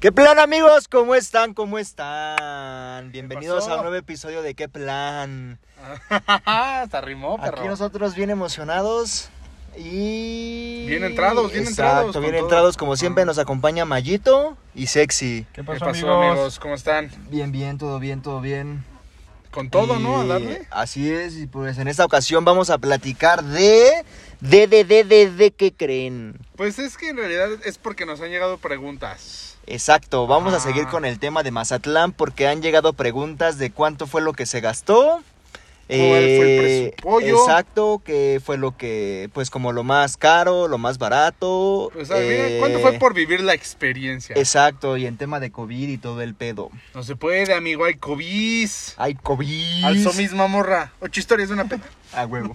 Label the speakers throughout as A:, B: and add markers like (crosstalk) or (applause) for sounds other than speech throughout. A: ¿Qué plan amigos? ¿Cómo están? ¿Cómo están? Bienvenidos a un nuevo episodio de ¿Qué plan?
B: (laughs) Hasta rimó, Ah, perro.
A: Aquí nosotros bien emocionados y...
B: Bien entrados, bien entrados
A: Exacto,
B: con
A: bien
B: todo. Mm.
A: entrados. Como siempre nos acompaña Mayito y Sexy.
C: ¿Qué
B: ¿Qué
C: pasó,
B: pasó,
C: amigos?
B: amigos? ¿Cómo están?
A: Bien, bien, todo bien, todo bien.
B: Con todo,
A: Y
B: ¿no? A darle.
A: Así es, y pues en esta ocasión vamos a platicar de... De, de, de, de, de, ¿qué creen?
B: Pues es que en realidad es porque nos han llegado preguntas.
A: Exacto, vamos a
B: Ah.
A: seguir con el tema de Mazatlán porque han llegado preguntas de cuánto fue lo que se gastó. Eh,
B: fue el presupuesto?
A: Exacto, que fue lo que, pues como lo más caro, lo más barato.
B: O sea, mira,
A: eh,
B: Pues, ¿cuánto fue por vivir la experiencia?
A: Exacto, y en tema de COVID y todo el pedo.
B: No se puede, amigo, hay COVID.
A: Ay, COVID.
B: Alzó misma morra. Ocho historias de una pena.
A: A huevo.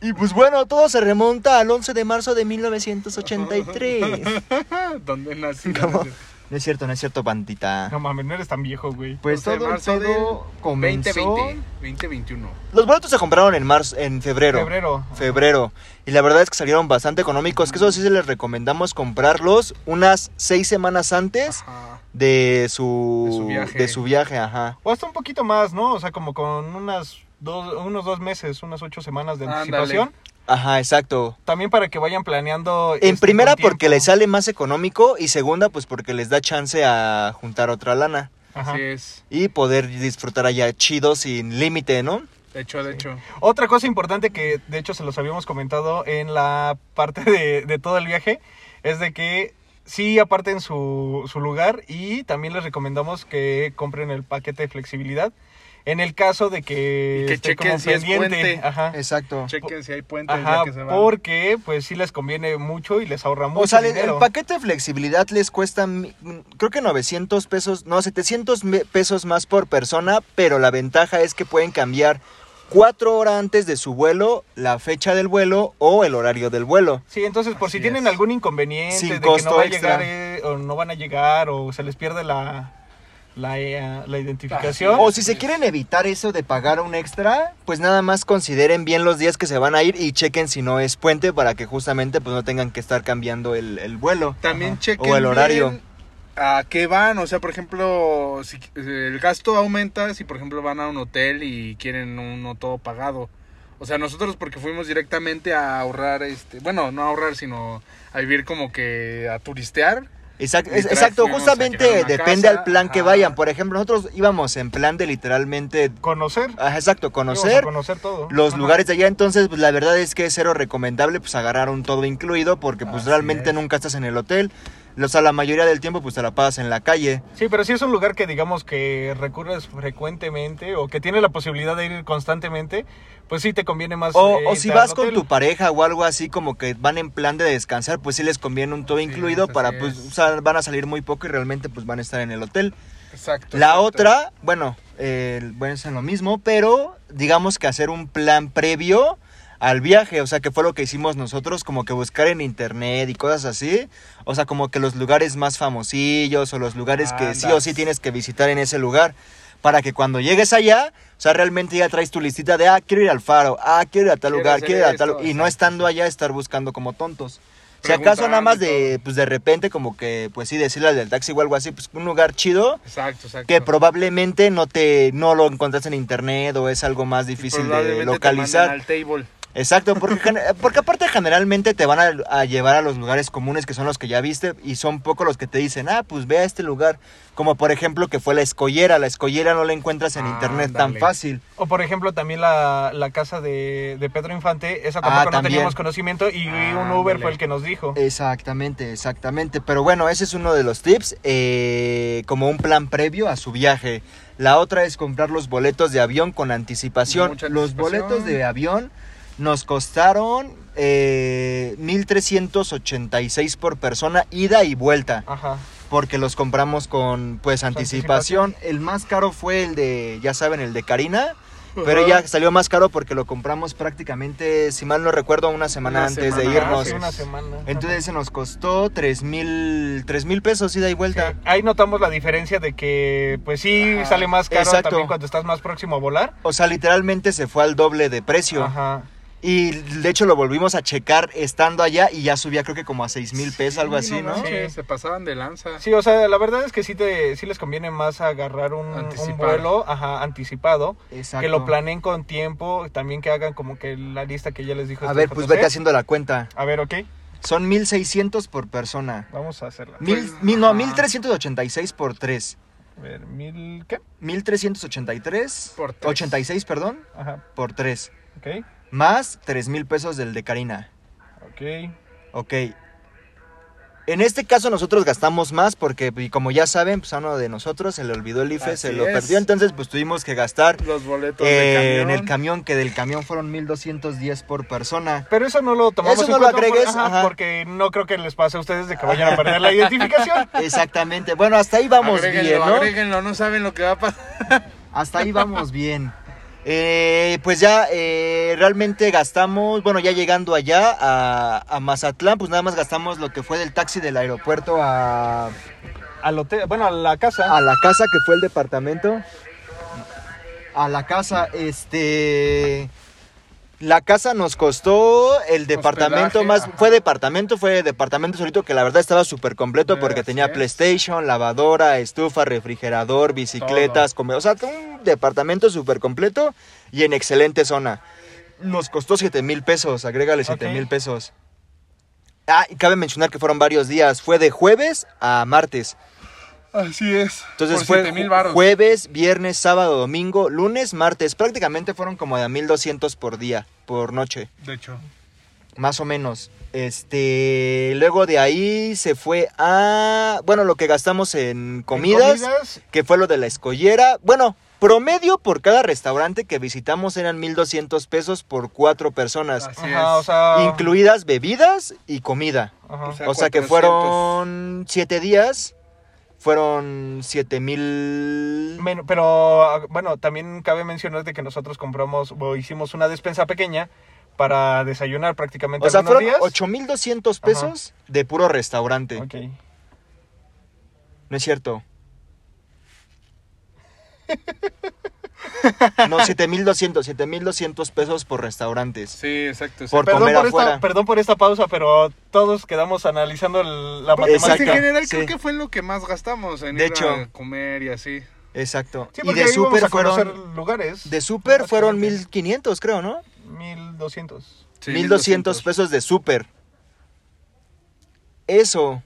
A: y pues bueno, todo se remonta al 11 de marzo de
B: (laughs)
A: 1983.
B: (laughs) ¿Dónde nací?
A: ¿Cómo? no es cierto, no es cierto, bandita.
C: (laughs) No mames, no eres tan viejo, güey.
A: Pues
B: 12 de
A: todo el
B: marzo del
A: pedo comenzó...
B: 2020, 2021.
A: Los boletos se compraron en marzo, en febrero.
C: Febrero.
A: Febrero. Y la verdad es que salieron bastante económicos. Que eso sí se les recomendamos comprarlos unas seis semanas antes
B: Ajá.
A: de su,
B: De su viaje.
A: de su viaje, ajá.
C: O hasta un poquito más, ¿no? O sea, como con unas dos, unos dos meses, unas ocho semanas de
B: Ándale.
C: anticipación.
A: Ajá, exacto.
C: También para que vayan planeando.
A: En
C: este,
A: primera
C: con tiempo.
A: porque les sale más económico y segunda pues porque les da chance a juntar otra lana
C: Ajá.
B: Así es.
A: y poder disfrutar allá chido sin límite, ¿no?
B: De hecho, de hecho.
C: Otra cosa importante que de hecho se los habíamos comentado en la parte de, de todo el viaje es de que sí aparten su, su lugar y también les recomendamos que compren el paquete de flexibilidad en el caso de que,
B: Y que
C: esté
B: chequen
C: como
B: si es
C: pendiente.
B: puente.
C: Ajá.
A: Exacto.
B: Chequen si hay puentes
C: Ajá,
B: ya que se van.
C: porque pues sí les conviene mucho y les ahorra mucho
A: O sea, el,
C: dinero.
A: el paquete de flexibilidad les cuesta, mi- mm, creo que 900 pesos, no, 700 me- pesos más por persona, pero la ventaja es que pueden cambiar cuatro horas antes de su vuelo, la fecha del vuelo o el horario del vuelo.
C: Sí, entonces por si
B: Así
C: tienen
B: es.
C: algún inconveniente
A: Sin
C: de que
A: costo
C: no va
A: extra.
C: a llegar eh, o no van a llegar o se les pierde la la, eh, la identificación.
A: Ah, O si se quieren evitar eso de pagar un extra, pues nada más consideren bien los días que se van a ir y chequen si no es puente para que justamente pues no tengan que estar cambiando el, el vuelo.
B: También
C: Ajá.
B: chequen
A: O el horario.
B: bien a qué van, o sea, por ejemplo, si eh, el gasto aumenta si por ejemplo van a un hotel y quieren uno todo pagado. O sea, nosotros porque fuimos directamente a ahorrar este, bueno, no a ahorrar, sino a vivir como que a turistear.
A: Exacto,
B: Y
A: es-
B: tras-
A: exacto,
B: fuimos a llegar a
A: justamente
B: una
A: depende
B: casa,
A: al plan que
B: ajá.
A: vayan. Por ejemplo, nosotros íbamos en plan de literalmente
C: conocer,
A: Ajá, exacto,
C: Vamos a
A: conocer
C: conocer todo.
A: los
C: Ajá.
A: lugares de allá. Entonces, pues la verdad es que es cero recomendable pues agarrar un todo incluido porque pues
B: Así
A: realmente
B: es.
A: nunca estás en el hotel. O sea, la mayoría del tiempo pues te la pasas en la calle.
C: Sí, pero sí es un lugar que digamos que recurres frecuentemente o que tiene la posibilidad de ir constantemente, pues sí te conviene más.
A: O,
C: eh,
A: o si
C: irte al
A: vas con
C: hotel.
A: tu pareja o algo así como que van en plan de descansar, pues sí les conviene un todo incluido
B: así
A: para pues
B: es.
A: o sea, van a salir muy poco y realmente pues van a estar en el hotel.
B: Exacto.
A: La otra, bueno, eh, bueno, es en lo mismo, pero digamos que hacer un plan previo al viaje, o sea, que fue lo que hicimos nosotros, como que buscar en internet y cosas así, o sea, como que los lugares más famosillos o los lugares que sí o
B: Andas.
A: sí tienes que visitar en ese lugar, para que cuando llegues allá, o sea, realmente ya traes tu listita de, ah, quiero ir al faro, ah, quiero ir a tal
B: Quiero
A: lugar,
B: hacer
A: quiero ir a tal,
B: esto,
A: y no
B: exacto.
A: estando allá estar buscando como tontos. Si acaso nada más de, pues de repente como que, pues sí, decirle al del taxi o algo así, pues un lugar chido,
B: Exacto, exacto.
A: que probablemente no te no lo encontrás en internet o es algo más difícil de
B: Probablemente te mandan
A: localizar.
B: al table.
A: Exacto, porque
B: (laughs)
A: gen- porque aparte generalmente te van a, a llevar a los lugares comunes que son los que ya viste y son pocos los que te dicen, "Ah, pues ve a este lugar", como por ejemplo que fue la escollera, la escollera no la encuentras en
B: Ah,
A: internet tan
B: ándale.
A: fácil.
C: O por ejemplo también la, la casa de, de Pedro Infante, esa
A: Ah,
C: tampoco no
A: también.
C: teníamos conocimiento y un
B: Ah,
C: Uber
B: ándale.
C: fue el que nos dijo.
A: Exactamente, exactamente. Pero bueno, ese es uno de los tips, eh, como un plan previo a su viaje. La otra es comprar los boletos de avión con anticipación.
B: Mucha
A: Los
B: anticipación.
A: boletos de avión nos costaron eh, 1.386 por persona, ida y vuelta,
C: Ajá.
A: porque los compramos con pues anticipación. El más caro fue el de, ya saben, el de Karina. Pero
B: Ajá.
A: ya salió más caro porque lo compramos prácticamente, si mal no recuerdo, una semana
B: Una
A: antes de
B: semana
A: irnos.
C: Hace una semana.
A: Entonces se nos costó tres mil, tres mil pesos ida y vuelta.
C: Ahí notamos la diferencia de que, pues sí,
B: Ajá.
C: sale más caro
A: Ah, Exacto.
C: también cuando estás más próximo a volar.
A: O sea, literalmente se fue al doble de precio.
C: Ajá.
A: Y de hecho lo volvimos a checar estando allá y ya subía creo que como a 6 mil pesos, algo así, ¿no?
C: manches.
B: Se pasaban de lanza.
C: Sí, o sea, la verdad es que sí, te, sí les conviene más agarrar un, un
B: Anticipado.
C: vuelo ajá, anticipado,
A: Exacto.
C: que lo planeen con tiempo, también que hagan como que la lista que ya les dijo.
A: A
C: este
A: ver, pues
C: JC.
A: vete haciendo la cuenta.
C: A ver, ok,
A: Son 1600 por persona.
C: vamos a hacerla.
A: Mil,
B: Pues,
A: mil- no,
B: ajá.
A: 1386 por 3.
C: A ver, mil, ¿qué?
A: 1383.
B: Por tres.
A: 86, perdón,
C: Ajá,
A: por 3.
C: ok,
A: Más 3 mil pesos del de Karina.
C: ok.
A: Ok. En este caso nosotros gastamos más porque, y como ya saben, pues a uno de nosotros se le olvidó el IFE, se
B: Así
A: lo
B: es.
A: perdió, entonces pues tuvimos que gastar
B: Los boletos
A: eh,
B: de
A: en el
B: camión.
A: camión, que del camión fueron 1210 por persona.
C: Pero eso no lo tomamos
A: Eso
C: en
A: no lo
C: cuenta por-
A: agregues,
C: ajá,
A: ajá.
C: porque no creo que les pase a ustedes de que vayan a
A: (laughs)
C: perder la identificación.
A: Exactamente, bueno, hasta ahí vamos
B: agréguenlo,
A: bien, ¿no?
B: agréguenlo, no saben lo que va a pasar.
A: Hasta ahí vamos bien. Eh, pues ya eh, realmente gastamos, bueno, ya llegando allá a, a Mazatlán, pues nada más gastamos lo que fue del taxi del aeropuerto a,
C: Al hotel, bueno, a la casa.
A: a la casa que fue el departamento. A la casa, este. La casa nos costó el departamento
B: Hospedaje,
A: más.
B: ajá.
A: Fue departamento, fue departamento solito que la verdad estaba súper completo
B: Eh,
A: porque
B: así
A: tenía
B: es.
A: PlayStation, lavadora, estufa, refrigerador, bicicletas, comer. O sea, un departamento súper completo y en excelente zona. Nos costó 7 mil pesos, agrégale 7
C: Ok.
A: mil pesos. Ah, y cabe mencionar que fueron varios días. Fue de jueves a martes.
B: Así es.
A: Entonces
B: Por
A: fue
B: 7 mil
A: ju-
B: baros.
A: jueves, viernes, sábado, domingo, lunes, martes. Prácticamente fueron como de a 1200 por día, por noche,
B: De hecho.
A: más o menos. Este, luego de ahí se fue a, bueno, lo que gastamos en comidas,
C: comidas.
A: que fue lo de la escollera. Bueno, promedio por cada restaurante que visitamos eran 1200 pesos por cuatro personas,
B: Así
C: Ajá,
B: es.
C: o sea.
A: incluidas bebidas y comida.
C: ajá.
B: Ah. o sea,
A: O sea que
B: 400.
A: fueron siete días, fueron siete mil...
C: Men- pero ah, bueno, también cabe mencionar de que nosotros compramos o hicimos una despensa pequeña para desayunar prácticamente
A: O sea,
C: algunos
A: fueron
C: días.
A: 8,200 pesos de puro restaurante.
C: Ok.
A: No es
C: (laughs)
A: cierto. No, 7,200, 7,200 pesos por restaurantes.
B: Sí, exacto.
A: Por
B: exacto.
A: comer
C: Perdón por,
A: afuera.
C: esta, perdón por esta pausa, pero todos quedamos analizando el- la
B: Pues,
C: matemática.
A: Exacto,
B: en general
A: sí.
B: creo que fue lo que más gastamos en
A: De
B: ir
A: hecho.
B: a comer y así.
A: Exacto.
C: Sí,
A: y
C: porque
A: de
C: ahí íbamos
A: súper
C: a conocer
A: fueron,
C: lugares.
A: de súper fueron
C: Básicamente.
A: 1,500, creo, ¿no?
C: 1200.
B: Sí,
A: 1,200 pesos de súper. Eso.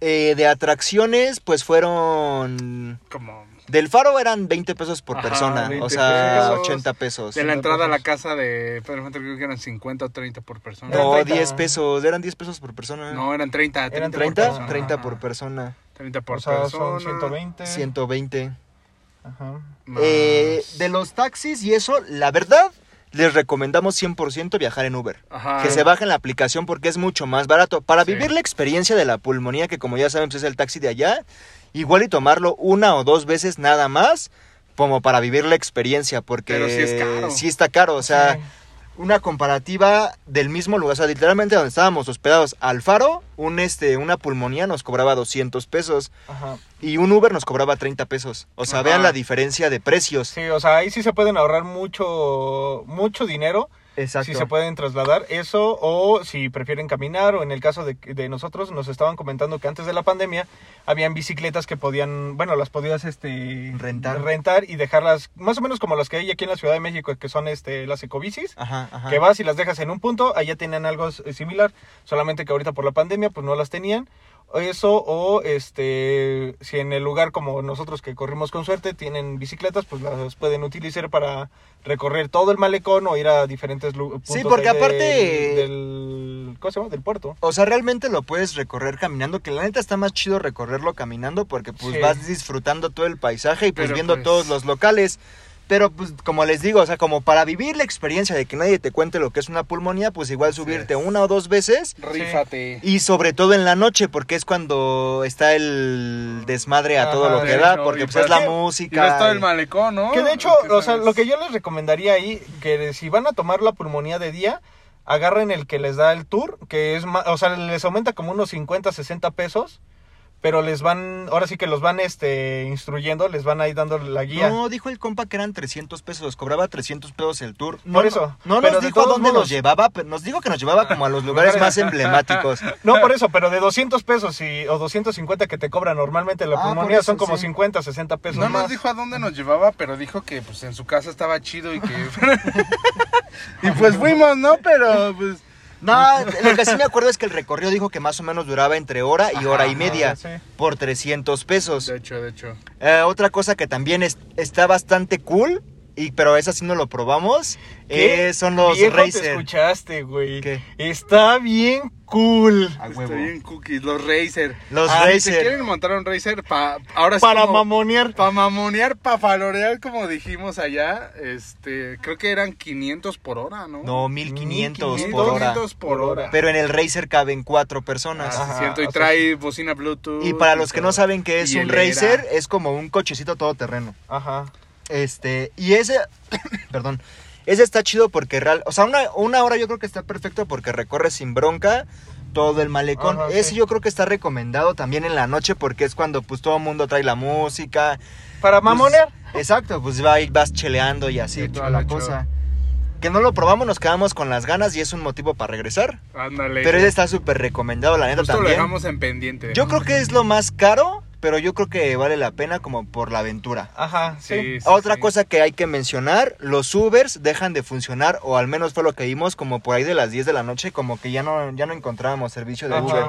A: Eh, de atracciones, pues fueron...
B: Como
A: Del faro eran 20 pesos por
B: Ajá,
A: persona, o
B: 20
A: sea,
B: pesos.
A: 80 pesos.
B: de la
C: 100
B: entrada a la
C: pesos.
B: casa de Pedro Infante creo que eran 50 o 30 por persona.
C: Eran
A: No,
C: 30.
A: 10 pesos, eran 10 pesos por persona.
B: No, eran 30. 30
C: Eran
B: por
A: 30,
B: persona.
A: 30 por
B: Ajá.
A: persona,
B: 30 por
C: o sea,
B: persona.
C: son 120.
A: 120.
C: Ajá.
B: más-
A: Eh, de los taxis y eso, la verdad, les recomendamos 100% viajar en Uber.
B: Ajá.
A: Que se bajen la aplicación porque es mucho más barato. Para
B: Ah. Sí.
A: vivir la experiencia de la pulmonía, que como ya saben, pues, es el taxi de allá, igual y tomarlo una o dos veces nada más, como para vivir la experiencia, porque
B: Pero sí es caro.
A: sí está caro. O sea,
C: Sí.
A: una comparativa del mismo lugar, o sea, literalmente donde estábamos hospedados al faro, un este, una pulmonía nos cobraba 200 pesos
C: Ajá.
A: y un Uber nos cobraba 30 pesos. O sea,
B: Ajá.
A: vean la diferencia de precios.
C: Sí, o sea, ahí sí se pueden ahorrar mucho, mucho dinero
A: Exacto.
C: si se pueden trasladar eso o si prefieren caminar o en el caso de, de nosotros nos estaban comentando que antes de la pandemia habían bicicletas que podían, bueno, las podías este
A: Rentar.
C: y dejarlas más o menos como las que hay aquí en la Ciudad de México que son este las ecobicis.
A: Ajá, ajá.
C: Que vas y las dejas en un punto, allá tenían algo s- eh, similar, solamente que ahorita por la pandemia pues no las tenían. Eso o este si en el lugar como nosotros que corrimos con suerte tienen bicicletas, pues las pueden utilizar para recorrer todo el malecón o ir a diferentes lu- puntos.
A: Sí, porque
C: ahí del-
A: aparte-
C: del ¿cómo se llama? del puerto.
A: O sea, realmente lo puedes recorrer caminando, que la neta está más chido recorrerlo caminando porque pues
C: Sí.
A: vas disfrutando todo el paisaje y pues
B: Pero,
A: viendo
B: pues-
A: todos los locales. Pero pues como les digo, o sea, como para vivir la experiencia de que nadie te cuente lo que es una pulmonía, pues igual subirte
B: es.
A: una o dos veces
B: Rífate.
A: Y sobre todo en la noche, porque es cuando está el desmadre a todo
C: Ajá,
A: lo que
C: sí,
A: da,
B: no,
A: porque
B: y
A: pues es la
B: para- Y
A: música.
B: ves todo el
A: y-
B: malecón, ¿no?
C: Que de hecho,
B: ¿Qué
C: o sea,
B: sabes?
C: lo que yo les recomendaría ahí, que si van a tomar la pulmonía de día, agarren el que les da el tour, que es más, o sea, les aumenta como unos 50, 60 pesos, pero les van, ahora sí que los van este, instruyendo, les van ahí dando la guía.
A: No, dijo el compa que eran 300 pesos, cobraba 300 pesos el tour. No,
C: Por eso.
A: No, no
C: Pero
A: nos
C: de
A: dijo a
C: todos
A: dónde
C: modos.
A: nos llevaba, pero nos dijo que nos llevaba como a los lugares más
C: (laughs)
A: emblemáticos.
C: No, por eso, pero de 200 pesos y, o 250 que te cobra normalmente la
A: Ah, por
C: pulmonía son
A: eso,
C: como
A: sí.
C: 50, 60 pesos
B: No
C: más.
B: nos dijo a dónde nos llevaba, pero dijo que pues en su casa estaba chido y
C: (laughs)
B: que... (laughs) y pues fuimos, ¿no? Pero pues...
A: No, lo que sí me acuerdo es que el recorrido dijo que más o menos duraba entre hora y hora y
C: Ajá,
A: media
C: sí.
A: por 300 pesos.
B: De hecho, de hecho.
A: Eh, otra cosa que también es- está bastante cool, y, pero esa sí no lo probamos,
C: ¿Qué
A: eh, son los
C: Viejo, te
A: Racer.
C: escuchaste, güey.
A: ¿Qué?
C: Está bien cool.
A: A
B: Está
A: huevo.
B: bien cookies, los racer.
A: Los
B: Ah, Si se
A: racer.
B: quieren montar un racer, pa, ahora sí
C: Para
B: como-
C: mamonear.
B: Para mamonear, para falorear, como dijimos allá, este, creo que eran 500 por hora, ¿no?
A: No, 1500
C: 1500
A: por hora.
B: 500 por hora.
A: Pero en el Racer caben cuatro
B: Ah,
A: personas.
B: sí,
C: Ajá,
B: siento, y
C: o sea,
B: trae bocina Bluetooth.
A: Y para los que
B: todo.
A: no saben qué es
B: Y
A: un
B: hielera.
A: racer, es como un cochecito todoterreno.
C: Ajá.
A: Este, y ese, (coughs) perdón, ese está chido porque real, o sea, una, una hora yo creo que está perfecto porque recorre sin bronca todo el malecón.
C: Ajá,
A: ese
C: sí.
A: yo creo que está recomendado también en la noche porque es cuando pues todo el mundo trae la música.
C: Para
A: pues,
C: mamonear.
A: exacto, pues va, y vas cheleando y así,
B: De
A: toda
B: hecho,
A: la
B: de hecho.
A: cosa. Que no lo probamos, nos quedamos con las ganas y es un motivo para regresar.
B: Ándale.
A: Pero ese está súper recomendado, la neta
B: Justo lo
A: también.
B: dejamos en pendiente.
A: Yo creo que es lo más caro, pero yo creo que vale la pena como por la aventura.
C: Ajá, sí.
B: Sí, sí,
A: Otra
B: sí.
A: cosa que hay que mencionar, los Ubers dejan de funcionar, o al menos fue lo que vimos como por ahí de las 10 de la noche, como que ya no, ya no encontrábamos servicio de
C: Ajá.
A: Uber.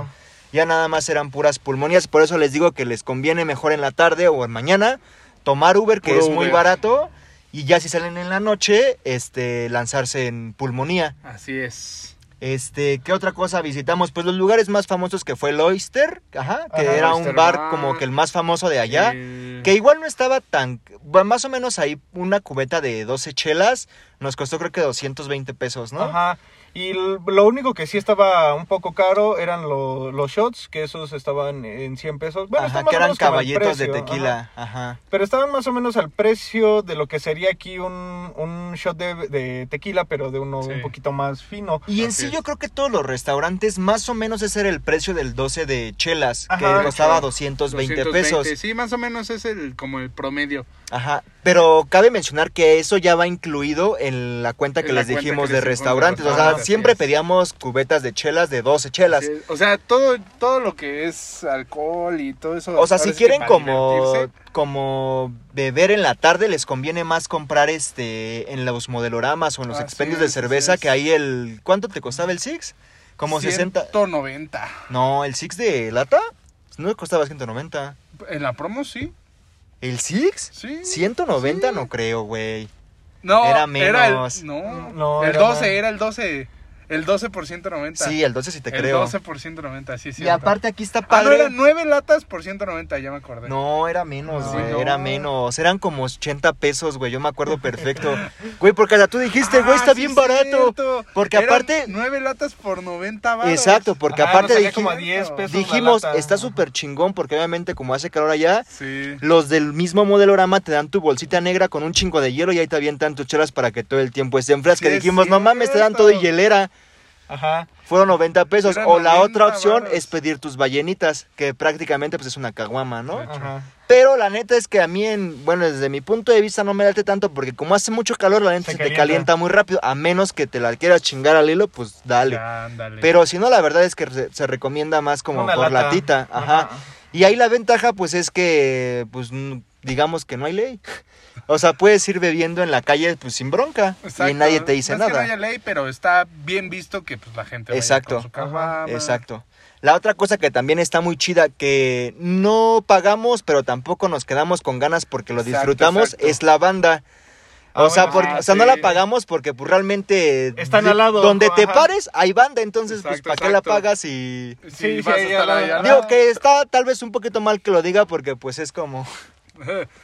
A: Ya nada más eran puras pulmonías, por eso les digo que les conviene mejor en la tarde o en mañana tomar Uber, que
B: Puro
A: es muy
B: Uber.
A: barato, y ya si salen en la noche, este, lanzarse en pulmonía.
B: Así es.
A: Este, ¿qué otra cosa visitamos? Pues los lugares más famosos que fue el Oyster, ajá, que
C: Ajá,
A: era
B: Oyster
A: un bar
B: Bar.
A: como que el más famoso de allá.
B: El-
A: Que igual no estaba tan... bueno, Más o menos ahí una cubeta de 12 chelas nos costó creo que 220 pesos, ¿no?
C: Ajá. Y l- lo único que sí estaba un poco caro eran lo- los shots, que esos estaban en 100 pesos. Bueno,
A: Ajá,
C: está más
A: que
C: o
A: eran
C: menos como al
A: caballitos de
C: precio, ajá.
A: tequila. Ajá.
C: Pero estaban más o menos al precio de lo que sería aquí un, un shot de, de tequila, pero de uno
B: Sí.
C: un poquito más fino.
A: Y en
B: Así
A: sí
B: es.
A: yo creo que todos los restaurantes, más o menos ese era el precio del 12 de chelas,
C: Ajá.
A: que costaba 220
B: 220
A: pesos.
B: Sí, más o menos es el como el promedio.
A: Ajá, pero cabe mencionar que eso ya va incluido en la cuenta que
B: En la
A: les
B: cuenta
A: dijimos
B: que
A: de
B: les dijimos de
A: restaurantes. O sea,
B: restaurantes,
A: siempre
B: así es.
A: pedíamos cubetas de chelas de 12 chelas.
B: Sí, o sea, todo, todo lo que es alcohol y todo eso.
A: O sea,
B: ahora
A: si
B: sí que
A: quieren
B: para
A: como,
B: divertirse,
A: como beber en la tarde, les conviene más comprar este en los modeloramas o en los
B: Así
A: expendios de
B: es, así
A: cerveza
B: es.
A: que ahí el... ¿Cuánto te costaba el Six? Como 60...
B: 190.
A: No, el Six de lata no costaba 190.
B: En la promo sí.
A: ¿El Six?
B: Sí.
A: 190
B: Sí.
A: no creo, güey.
B: No,
A: Era
B: era
A: menos.
B: el, no,
C: No,
B: el
C: era
B: 12,
C: más.
B: era el 12. El 12 por 190.
A: Sí, el 12 sí te
B: el
A: creo.
B: 12 por 190, sí, sí.
A: y aparte aquí está
B: Ah, no,
A: padre.
B: eran 9 latas por 190, ya me acordé.
A: No, era menos,
B: No, eh.
A: güey.
B: no.
A: Era menos. Eran como 80 pesos, güey. Yo me acuerdo perfecto. Güey, porque hasta tú
B: Ah,
A: dijiste, este güey, está bien barato. Porque aparte-
B: 9 latas por 90 baros.
A: Exacto, porque
C: Ajá,
A: aparte
C: nos salía
A: dij-
C: como a 10 pesos la
A: dijimos,
C: lata.
A: está súper chingón porque obviamente como hace calor allá,
B: Sí.
A: los del mismo modelorama te dan tu bolsita negra con un chingo de hielo y ahí te avientan tus chelas para que todo el tiempo esté en fresca.
B: Sí, es
A: dijimos, no mames, te dan todo y
B: cierto.
A: hielera.
C: Ajá.
A: Fueron 90 pesos.
B: Eran
A: o la
B: 90
A: otra opción
B: varos.
A: es pedir tus ballenitas, que prácticamente pues es una caguama, ¿no?
C: Ajá.
A: Pero la neta es que a mí, en- bueno, desde mi punto de vista no me late tanto porque como hace mucho calor, la neta se,
C: Se
A: te
C: calienta.
A: calienta muy rápido, a menos que te la quieras chingar al hilo, pues dale.
B: Ya, ándale.
A: Pero si no, la verdad es que se, se recomienda más como
C: Una
A: por
C: lata.
A: latita. Ajá. Y ahí la ventaja, pues es que, pues mm, digamos que no hay ley. (laughs) O sea, puedes ir bebiendo en la calle, pues sin bronca.
B: Exacto.
A: Y nadie te dice
B: No es que
A: nada.
B: no haya ley, pero está bien visto que pues, la gente vaya
A: Exacto.
B: con su caguama.
A: Exacto. La otra cosa que también está muy chida, que no pagamos, pero tampoco nos quedamos con ganas porque lo
B: Exacto,
A: disfrutamos,
B: exacto.
A: es la banda.
C: Ah,
A: o, sea,
C: bueno,
A: por-
C: ajá,
A: o sea, no la
B: sí.
A: pagamos porque pues, realmente...
C: Están
A: de-
C: al lado,
A: Donde te
C: ajá.
A: pares, hay banda, entonces, pues,
B: Exacto,
A: ¿para qué la
B: exacto.
A: pagas y...?
B: Sí,
C: Sí,
B: vas
C: sí,
B: a
C: ya
B: estar
C: la-
B: allá.
A: Digo que está tal vez un poquito mal que lo diga porque pues es
C: (laughs)
A: como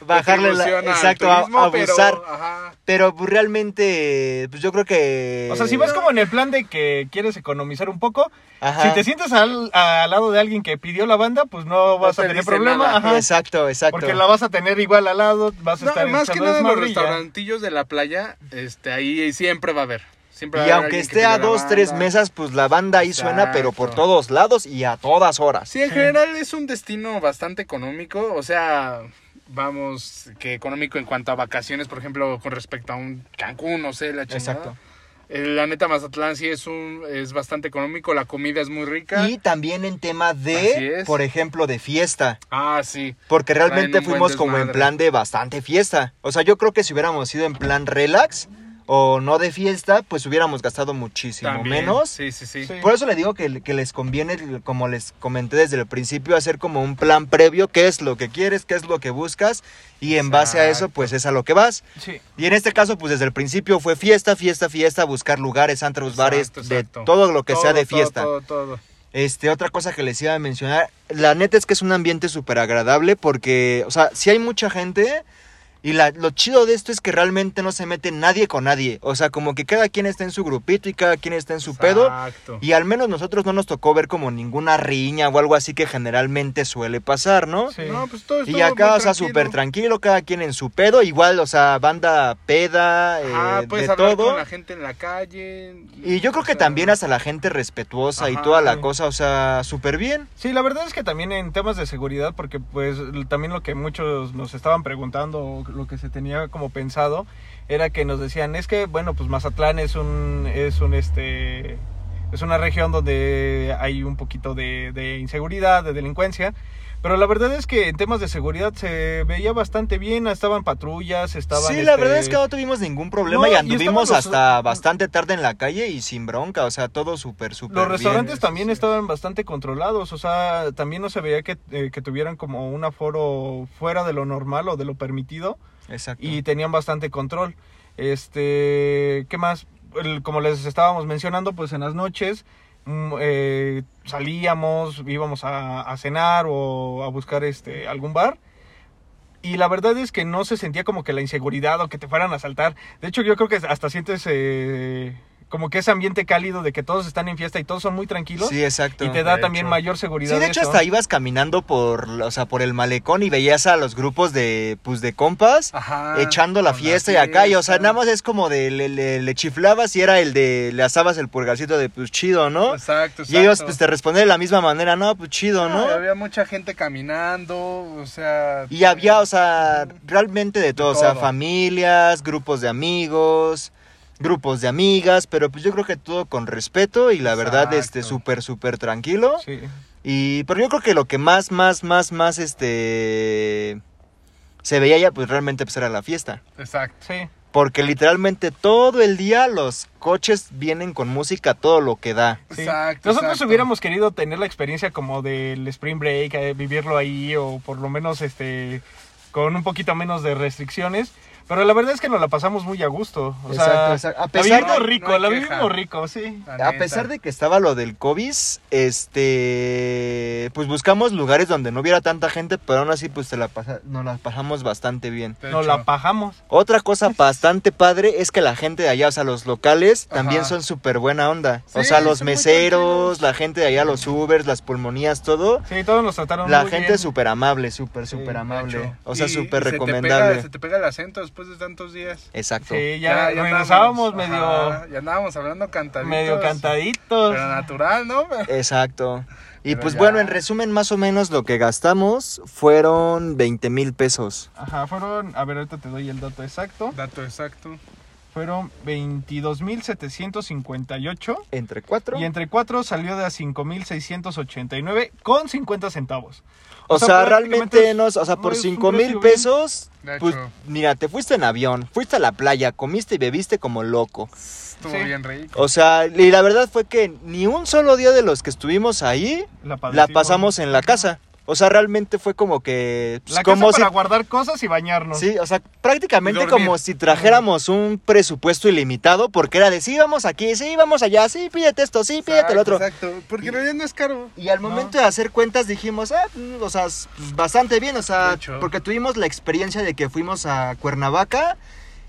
A: bajarle la-
B: Retribución al
A: exacto, a-
B: turismo, pero,
A: abusar.
B: ajá.
A: pero pues, realmente pues yo creo que
C: O sea,
A: Eh,
C: si vas como en el plan de que quieres economizar un poco,
A: Ajá.
C: si te sientas al, al lado de alguien que pidió la banda, pues no vas
B: te
C: a tener
B: dice
C: problema.
B: nada.
C: Ajá.
A: Exacto, exacto.
C: Porque la vas a tener igual al lado, vas a
B: No,
C: estar
B: más que
C: echando
B: nada en los
C: desmadrilla.
B: restaurantillos de la playa, este, ahí siempre va a haber. Siempre va
A: Y
B: a haber
A: aunque
B: alguien que
A: esté a
B: tenga la
A: dos, tres
B: banda.
A: mesas, pues la banda ahí suena, pero por
B: Exacto.
A: todos lados y a todas horas.
B: Sí, en general es un destino bastante económico, o sea, vamos, que económico en cuanto a vacaciones, por ejemplo, con respecto a un Cancún, no sé, la chingada.
A: Exacto.
B: Eh, La neta Mazatlán sí es un es bastante económico, la comida es muy rica.
A: Y también en tema
B: Así
A: de,
B: es.
A: por ejemplo, de fiesta.
B: Ah, sí.
A: Porque realmente
B: Traen un buen
A: fuimos como en
B: desmadre.
A: plan de bastante fiesta. O sea, yo creo que si hubiéramos ido en plan relax o no de fiesta, pues hubiéramos gastado muchísimo
B: también.
A: menos.
B: Sí, sí, sí.
C: Sí.
A: Por eso le digo que, que les conviene, como les comenté desde el principio, hacer como un plan previo, qué es lo que quieres, qué es lo que buscas, y en base a eso,
B: Exacto.
A: pues es a lo que vas.
C: Sí.
A: Y en este caso, pues desde el principio fue fiesta, fiesta, fiesta, buscar lugares, antros,
B: Exacto,
A: bares,
B: exacto.
A: de todo lo que sea
B: Todo,
A: de
B: todo,
A: fiesta.
B: Todo, todo.
A: Este, otra cosa que les iba a mencionar, la neta es que es un ambiente súper agradable porque, o sea, si hay mucha gente y la- lo chido de esto es que realmente no se mete nadie con nadie. O sea, como que cada quien está en su grupito y cada quien está en su pedo.
B: Exacto.
A: Y al menos nosotros no nos tocó ver como ninguna riña o algo así que generalmente suele pasar, ¿no?
C: Sí.
B: No, pues todo
A: Y
B: estuvo
A: acá,
B: muy
A: o sea,
B: tranquilo.
A: súper tranquilo, cada quien en su pedo, igual, o sea, banda peda, eh,
B: Ah, puedes
A: de
B: hablar
A: todo.
B: con la gente en la calle.
A: Y yo creo
B: o
A: que
B: sea,
A: también hasta la gente respetuosa y
B: Ajá,
A: toda la
C: sí.
A: cosa, o sea, súper bien.
C: Sí, la verdad es que también en temas de seguridad, porque pues l- también lo que muchos nos estaban preguntando, o lo que se tenía como pensado, era que nos decían, es que, bueno, pues Mazatlán es un, es un, este, es una región donde hay un poquito de, de inseguridad, de delincuencia, pero la verdad es que en temas de seguridad se veía bastante bien, estaban patrullas, estaban...
A: sí, la
C: este,
A: verdad es que no tuvimos ningún problema
C: No,
A: y
C: y
A: anduvimos
C: estaban los-
A: hasta bastante tarde en la calle y sin bronca, o sea, todo súper, súper
C: Los
A: bien.
C: restaurantes
B: eso
C: también
B: sí.
C: estaban bastante controlados, o sea, también no se veía que, eh, que tuvieran como un aforo fuera de lo normal o de lo permitido
A: Exacto.
C: y tenían bastante control. Este, ¿qué más? El- como les estábamos mencionando, pues en las noches mm, eh, salíamos, íbamos a, a cenar o a buscar este algún bar. Y la verdad es que no se sentía como que la inseguridad o que te fueran a asaltar. De hecho, yo creo que hasta sientes eh, como que ese ambiente cálido de que todos están en fiesta y todos son muy tranquilos.
A: Sí, exacto.
C: y te da
B: de
C: también
B: hecho.
C: mayor seguridad.
A: Sí, de hecho
C: eso.
A: hasta ibas caminando por, o sea, por el malecón y veías a los grupos de, pues, de compas
B: Ajá,
A: echando la
B: Ah, con
A: fiesta y acá, y o sea,
B: fiesta.
A: nada más es como de, le, le- le chiflabas y era el de, le asabas el pulgarcito de, pues, chido, ¿no?
B: Exacto, exacto.
A: Y ellos, pues, te responden de la misma manera, no, pues, chido,
B: No,
A: ¿no?
B: Ah, y Había mucha gente caminando, o sea...
A: Y había, o sea, realmente de todo, o sea,
B: todo.
A: familias, grupos de amigos, grupos de amigas, pero pues yo creo que todo con respeto y la verdad, este,
B: Exacto.
A: súper, súper tranquilo.
C: Sí.
A: Y, pero yo creo que lo que más, más, más, más, este, se veía ya, pues realmente pues, era la fiesta.
B: Exacto.
C: Sí.
A: Porque literalmente todo el día los coches vienen con música, todo lo que da.
C: Sí.
B: Exacto,
C: Nosotros
B: exacto.
C: hubiéramos querido tener la experiencia como del Spring Break, eh, vivirlo ahí o por lo menos este con un poquito menos de restricciones, pero la verdad es que nos la pasamos muy a gusto, o sea,
A: A
C: la
A: pesar,
C: vivimos
A: de,
B: no hay-
C: rico,
B: no hay
C: la
B: queja. Ah,
C: vivimos rico, sí.
B: La
A: a
B: neta.
A: pesar de que estaba lo del COVID, este, pues buscamos lugares donde no hubiera tanta gente, pero aún así pues te la pasa- nos la pasamos bastante bien.
B: De
C: Nos
B: hecho.
C: la pajamos.
A: Otra cosa
B: Pues
A: bastante padre es que la gente de allá, o sea, los locales, también
B: Ajá.
A: son súper buena onda. o
B: Sí,
A: sea, los
B: son muy
A: meseros,
B: tranquilos.
A: la gente de allá, los Ubers, las pulmonías, todo.
C: Sí, todos nos trataron
A: La
C: muy
A: gente
C: bien.
A: es súper amable, súper,
C: Sí,
A: súper
C: de
A: amable.
B: hecho.
A: O sea,
B: Y-
A: súper
B: y se te pega-
A: recomendable.
B: se te pega el acento después de tantos días.
A: Exacto.
C: Sí, ya,
B: andábamos,
C: regresábamos
B: ajá,
C: medio
B: Ya andábamos hablando cantaditos.
C: medio cantaditos.
B: Pero natural, ¿no?
A: Exacto. Y
B: Pero
A: pues
B: ya.
A: bueno, en resumen, más o menos lo que gastamos fueron 20 mil pesos.
C: Ajá, fueron, a ver, ahorita te doy el dato exacto.
B: Dato exacto.
C: Fueron 22.758
A: Entre cuatro.
C: Y entre cuatro salió de a 5.689 con 50 centavos.
A: o,
C: o sea,
A: sea,
C: prácticamente
A: realmente
C: es-
A: nos, o sea,
C: no
A: por
C: es un
A: 5 mil
C: precio bien.
A: pesos,
B: De
A: pues
B: hecho.
A: mira, te fuiste en avión, fuiste a la playa, comiste y bebiste como loco.
B: Estuvo
C: Sí.
B: bien rico.
A: O sea, y la verdad fue que ni un solo día de los que estuvimos ahí
C: La,
A: la
C: padecimos.
A: pasamos en la casa. O sea, realmente fue como que... pues,
C: La
A: como
C: casa
A: si-
C: para guardar cosas y bañarnos.
A: Sí, o sea, prácticamente
B: Dormir.
A: como si trajéramos un presupuesto ilimitado, porque era de sí, vamos aquí, sí, vamos allá, sí, pídete esto, sí, pídete lo
B: Exacto,
A: otro.
B: Exacto, porque en realidad no es caro.
A: Y al momento de hacer cuentas dijimos, ah, mm, o sea, s- pues, bastante bien, o
B: De
A: sea,
B: hecho.
A: porque tuvimos la experiencia de que fuimos a Cuernavaca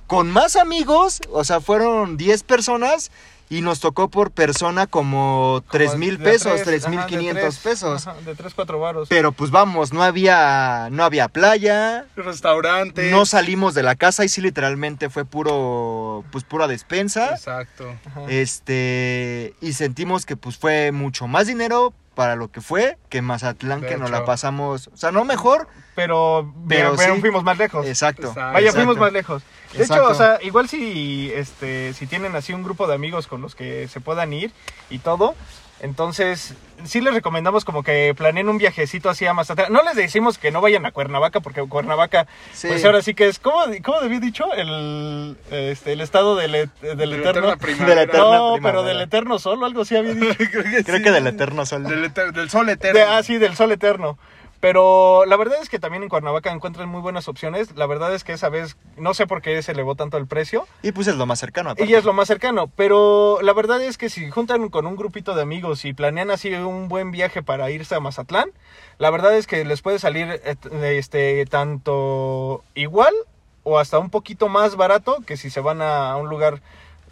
A: con más amigos, o sea, fueron 10 personas y nos tocó por persona como tres
C: Como
A: mil
C: de
A: pesos,
C: tres,
A: tres mil
C: ajá, de
A: quinientos
C: tres,
A: pesos.
C: ajá, de 3, 4 varos.
A: Pero pues vamos, no había, no había playa,
C: Este,
B: Restaurante.
A: no salimos de la casa y sí literalmente fue puro, pues pura despensa.
B: Exacto.
C: Ajá.
A: eh, Este, y sentimos que pues fue mucho más dinero para lo que fue que Mazatlán,
B: De
A: que nos
B: hecho.
A: la pasamos, o sea, no mejor,
C: Pero,
A: Pero
C: pero, pero
A: sí.
C: fuimos más lejos.
A: exacto.
B: Exacto.
C: Pues, Vaya,
A: exacto.
C: fuimos más lejos. De
A: Exacto.
C: hecho, o sea, igual si, este, si tienen así un grupo de amigos con los que se puedan ir y todo, entonces sí les recomendamos como que planeen un viajecito así a Mazatlán. No les decimos que no vayan a Cuernavaca, porque Cuernavaca,
A: Sí.
C: pues ahora sí que es, ¿cómo, cómo había dicho? El, este, el estado del, et- del
B: De la
A: (laughs)
C: eterno...
B: eterna primavera.
A: De la eterna-
C: no, pero
A: primavera.
C: del eterno sol o algo así había dicho.
B: (laughs) Creo que
A: Creo
B: sí.
A: que del eterno sol.
B: Del, eter- del sol eterno.
C: De- ah, sí, del sol eterno. Pero la verdad es que también en Cuernavaca encuentran muy buenas opciones. La verdad es que esa vez, no sé por qué se elevó tanto el precio.
A: Y pues es lo más cercano. aparte.
C: Y es lo más cercano. Pero la verdad es que si juntan con un grupito de amigos y planean así un buen viaje para irse a Mazatlán, la verdad es que les puede salir et- este, tanto igual o hasta un poquito más barato que si se van a un lugar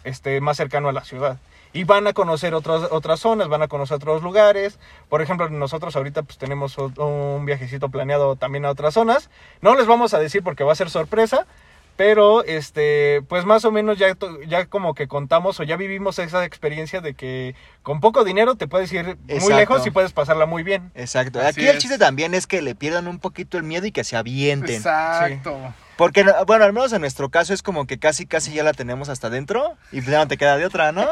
C: este, más cercano a la ciudad. Y van a conocer otras, otras zonas, van a conocer otros lugares. Por ejemplo, nosotros ahorita pues tenemos o- un viajecito planeado también a otras zonas. No les vamos a decir porque va a ser sorpresa. Pero, este, pues más o menos ya, to- ya como que contamos o ya vivimos esa experiencia de que con poco dinero te puedes ir muy
A: Exacto.
C: lejos y puedes pasarla muy bien.
A: Exacto.
B: Así
A: Aquí el
B: es.
A: chiste también es que le pierdan un poquito el miedo y que se avienten.
B: Exacto.
A: Porque, no- bueno, al menos en nuestro caso es como que casi, casi ya la tenemos hasta adentro y pues, ya no te queda de otra, ¿no?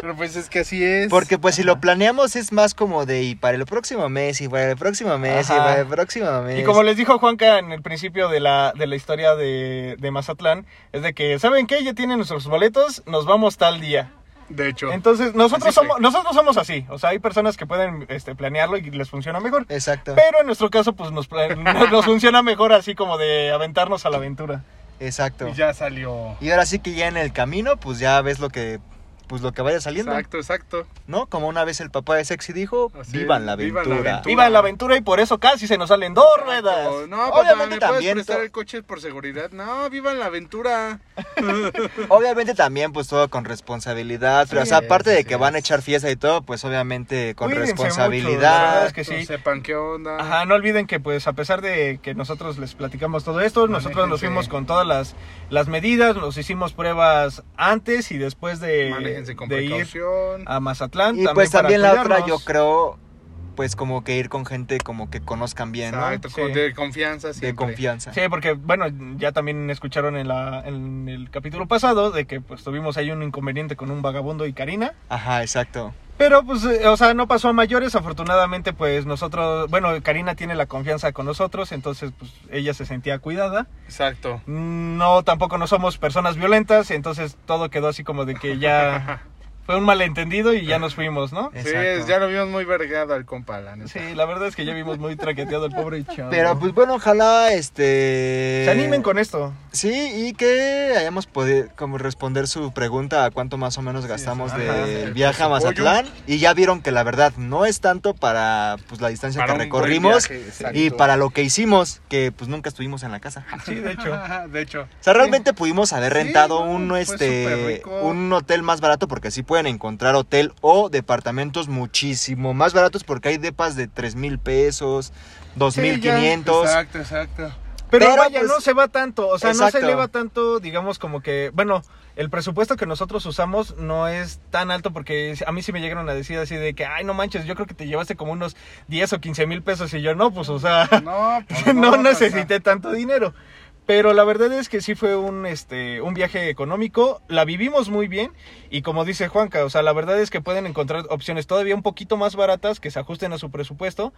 B: Pero pues es que así es.
A: Porque pues si lo planeamos es más como de y para el próximo mes, y para el próximo mes, y
C: Ajá.
A: para el próximo mes.
C: Y como les dijo Juanca en el principio de la, de la historia de, de Mazatlán, es de que, ¿saben qué? Ya tienen nuestros boletos, nos vamos tal día.
B: De hecho.
C: Entonces,
B: Así
C: nosotros
B: fue.
C: somos, nosotros somos así. O sea, hay personas que pueden este, planearlo y les funciona mejor.
A: Exacto,
C: Pero en nuestro caso, pues nos, pla- (laughs) nos nos funciona mejor así como de aventarnos a la aventura.
A: exacto.
B: Y ya salió.
A: Y ahora sí que ya en el camino, pues ya ves lo que, pues lo que vaya saliendo,
B: Exacto, exacto.
A: ¿no? Como una vez el papá de Sexy dijo,
B: Así
A: vivan
B: es,
A: la
B: vivan la
A: aventura.
B: aventura.
C: Viva la aventura y por eso casi se nos salen dos ruedas.
B: Exacto. No, papá,
A: Obviamente
B: ¿me puedes
A: también
B: prestar
A: to-
B: el coche por seguridad? No, viva la aventura.
A: Obviamente también, pues todo con responsabilidad. Pero, o sea,
B: Así es,
A: aparte de
B: así
A: que van a
B: es.
A: echar fiesta y todo, pues obviamente con
C: Cuídense mucho, la
A: responsabilidad.
C: verdad es que sí.
B: Sepan qué onda.
C: Ajá, no olviden que pues a pesar de que nosotros les platicamos todo esto, nosotros nos
B: Manéjense.
C: fuimos con todas las, las medidas, nos hicimos pruebas antes y después de,
B: Manéjense con
C: de ir
B: precaución.
C: a Mazatlán.
A: Y pues
C: para
A: también la otra,
C: cuidarnos.
A: yo creo, pues como que ir con gente como que conozcan bien, ¿no?
B: Exacto,
C: Sí.
B: de confianza siempre.
A: De confianza.
C: Sí, porque bueno, ya también escucharon en, la, en el capítulo pasado de que pues tuvimos ahí un inconveniente con un vagabundo y Karina.
A: Ajá, exacto.
C: Pero pues, eh, o sea, no pasó a mayores, afortunadamente pues nosotros, bueno, Karina tiene la confianza con nosotros, entonces pues ella se sentía cuidada.
B: Exacto.
C: No, tampoco no somos personas violentas, entonces todo quedó así como de que ya fue un malentendido y ya nos fuimos, ¿no?
B: Sí,
A: Exacto.
B: es- ya lo vimos muy vergado al compa, la neta.
C: Sí, la verdad es que ya vimos muy traqueteado al pobre chavo.
A: Pero pues bueno, ojalá este...
C: se animen con esto.
A: Sí, y que hayamos podido como responder su pregunta a cuánto más o menos gastamos
B: ajá,
A: del
B: el
A: viaje a
B: presupuesto.
A: Mazatlán. Y ya vieron que la verdad no es tanto para pues, la distancia
B: Para
A: que
B: un buen
A: recorrimos
B: viaje, exacto.
A: y para lo que hicimos, que pues nunca estuvimos en la casa.
C: Sí,
A: (laughs)
C: de hecho.
B: de hecho.
A: O sea, realmente pudimos haber
B: Sí,
A: rentado
B: no,
A: un,
B: fue
A: este,
B: superrico.
A: un hotel más barato porque sí pueden encontrar hotel o departamentos muchísimo más baratos porque hay depas de 3 mil pesos, 2 mil
B: Sí, ya.
A: 500.
B: Exacto, exacto.
C: Pero,
A: Pero,
C: vaya,
A: pues,
C: no se va tanto, o sea,
A: exacto.
C: no se eleva tanto, digamos, como que, bueno, el presupuesto que nosotros usamos no es tan alto porque a mí sí me llegaron a decir así de que, ay, no manches, yo creo que te llevaste como unos 10 o 15 mil pesos y yo no, pues, o sea,
A: (laughs)
B: No,
C: (laughs)
B: pues,
C: no
B: pues,
C: necesité tanto dinero. Pero la verdad es que sí fue un, este, un viaje económico, la vivimos muy bien y como dice Juanca, o sea, la verdad es que pueden encontrar opciones todavía un poquito más baratas que se ajusten a su presupuesto,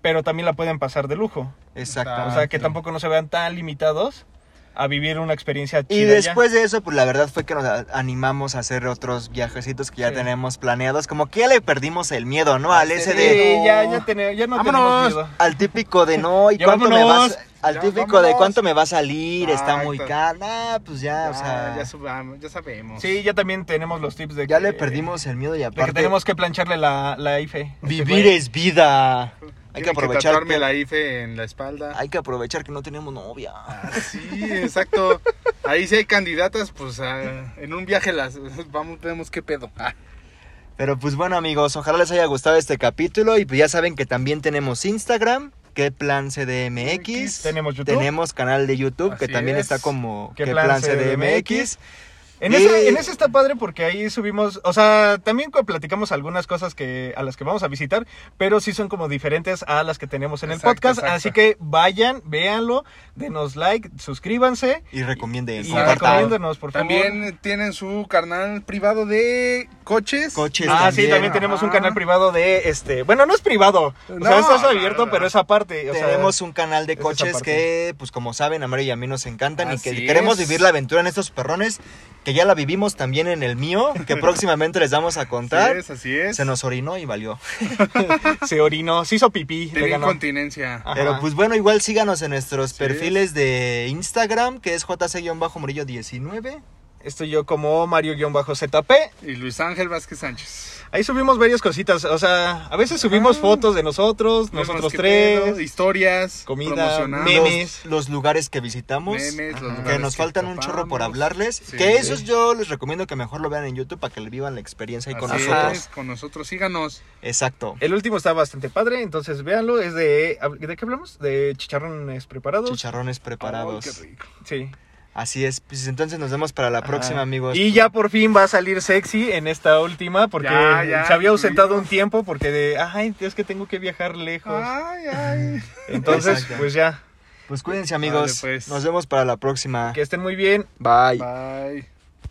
C: pero también la pueden pasar de lujo.
A: Exacto.
B: Ah,
C: O sea, que tampoco no se vean tan limitados a vivir una experiencia chida.
A: Y
C: ya.
A: después de eso, pues la verdad fue que nos a- animamos a hacer otros viajecitos que ya
C: Sí.
A: tenemos planeados. Como que ya le perdimos el miedo, ¿no? Al ese de...
C: Sí, ya, ya, tene- ya no
B: Vámonos.
C: tenemos miedo.
A: Al típico de no, ¿y
C: Ya
A: cuánto me
C: vámonos.
A: vas...? Al
B: Ya
A: típico de
B: vámonos.
A: cuánto me va a salir, está muy
B: Exacto.
A: caro. Nah, pues ya,
B: Ya,
A: o sea...
B: ya, subamos, ya sabemos.
C: Sí, ya también tenemos los tips de
A: Ya
C: que-
A: le perdimos el miedo y
C: de que
A: aparte...
C: E. Este, tenemos que plancharle la, la IFE.
A: Vivir es vida. Hay
B: Tiene
A: que aprovechar.
B: tatuarme
A: que-
B: la IFE en la espalda.
A: Hay que aprovechar que no tenemos novia.
B: Ah, sí, exacto. Ahí sí hay candidatas, pues ah, en un viaje las vamos, vemos qué pedo. Ah,
A: Pero pues bueno amigos, ojalá les haya gustado este capítulo y pues ya saben que también tenemos Instagram, que plan CDMX.
C: Tenemos YouTube.
A: Tenemos canal de YouTube que
B: Así
A: también
B: es.
A: está como
C: ¿Qué
A: que
C: plan
A: plan
C: CDMX?
A: CDMX.
C: En,
A: Y-
C: ese, en ese está padre porque ahí subimos, o sea, también co- platicamos algunas cosas que a las que vamos a visitar, pero sí son como diferentes a las que tenemos en el
B: Exacto,
C: podcast,
B: exacto.
C: así que vayan, véanlo, denos like, suscríbanse
A: Y recomienden,
C: y
B: Exacto.
A: compartan.
C: recomiéndenos, por favor.
B: También tienen su canal privado de coches.
A: Coches
C: Ah, sí,
A: también
C: también tenemos un
B: Ajá.
C: canal privado de este, bueno, no es privado, o sea,
B: No,
C: esto es
B: no,
C: abierto,
B: no.
C: pero es aparte, o sea,
A: Tenemos un canal de
C: esa
A: coches
C: parte.
A: que, pues como saben, a Mario y a mí nos encantan y
B: Así
A: que queremos
B: es.
A: vivir la aventura en estos perrones, que ya la vivimos también en el mío,
C: (laughs)
A: que próximamente les vamos a
B: Así
A: contar.
B: es, así es.
A: Se nos orinó y valió.
C: se orinó, se hizo pipí, le
B: Tiene
C: ganó.
B: incontinencia.
C: Ajá.
A: Pero pues bueno, igual síganos en nuestros
B: Así
A: perfiles de Instagram, que es jc-murillo19.
C: Estoy yo como Mario-ZP.
B: Y Luis Ángel Vázquez Sánchez.
C: Ahí subimos varias cositas, o sea, a veces subimos
B: Ah.
C: fotos de nosotros,
B: Vemos
C: nosotros
B: qué
C: tres.
B: pedo, historias,
C: comida,
B: promocionar.
C: memes.
A: Los, los lugares que visitamos.
B: Memes, los
A: Ajá. que
B: lugares
A: nos
B: que
A: faltan un chorro por
B: topamos.
A: hablarlos.
B: Sí.
A: que esos yo les recomiendo que mejor lo vean en YouTube para que le vivan la experiencia ahí con
B: Así
A: nosotros.
B: es, con nosotros, síganos.
A: Exacto.
C: El último está bastante padre, entonces véanlo, es de... ¿De qué hablamos? De chicharrones preparados.
A: Chicharrones preparados.
B: Ay, qué rico.
C: sí.
A: Así es. Pues entonces nos vemos para la próxima,
C: Ajá.
A: amigos.
C: Y ya por fin va a salir sexy en esta última, porque
B: Ya, ya,
C: se había ausentado
B: incluido.
C: un tiempo, porque de... Ay, es que tengo que viajar lejos.
A: (laughs)
B: Ay, ay.
C: Entonces,
A: Exacto.
C: pues ya,
A: Pues cuídense, amigos.
B: Vale, pues.
A: Nos vemos para la próxima.
C: que estén muy bien.
A: Bye.
B: Bye.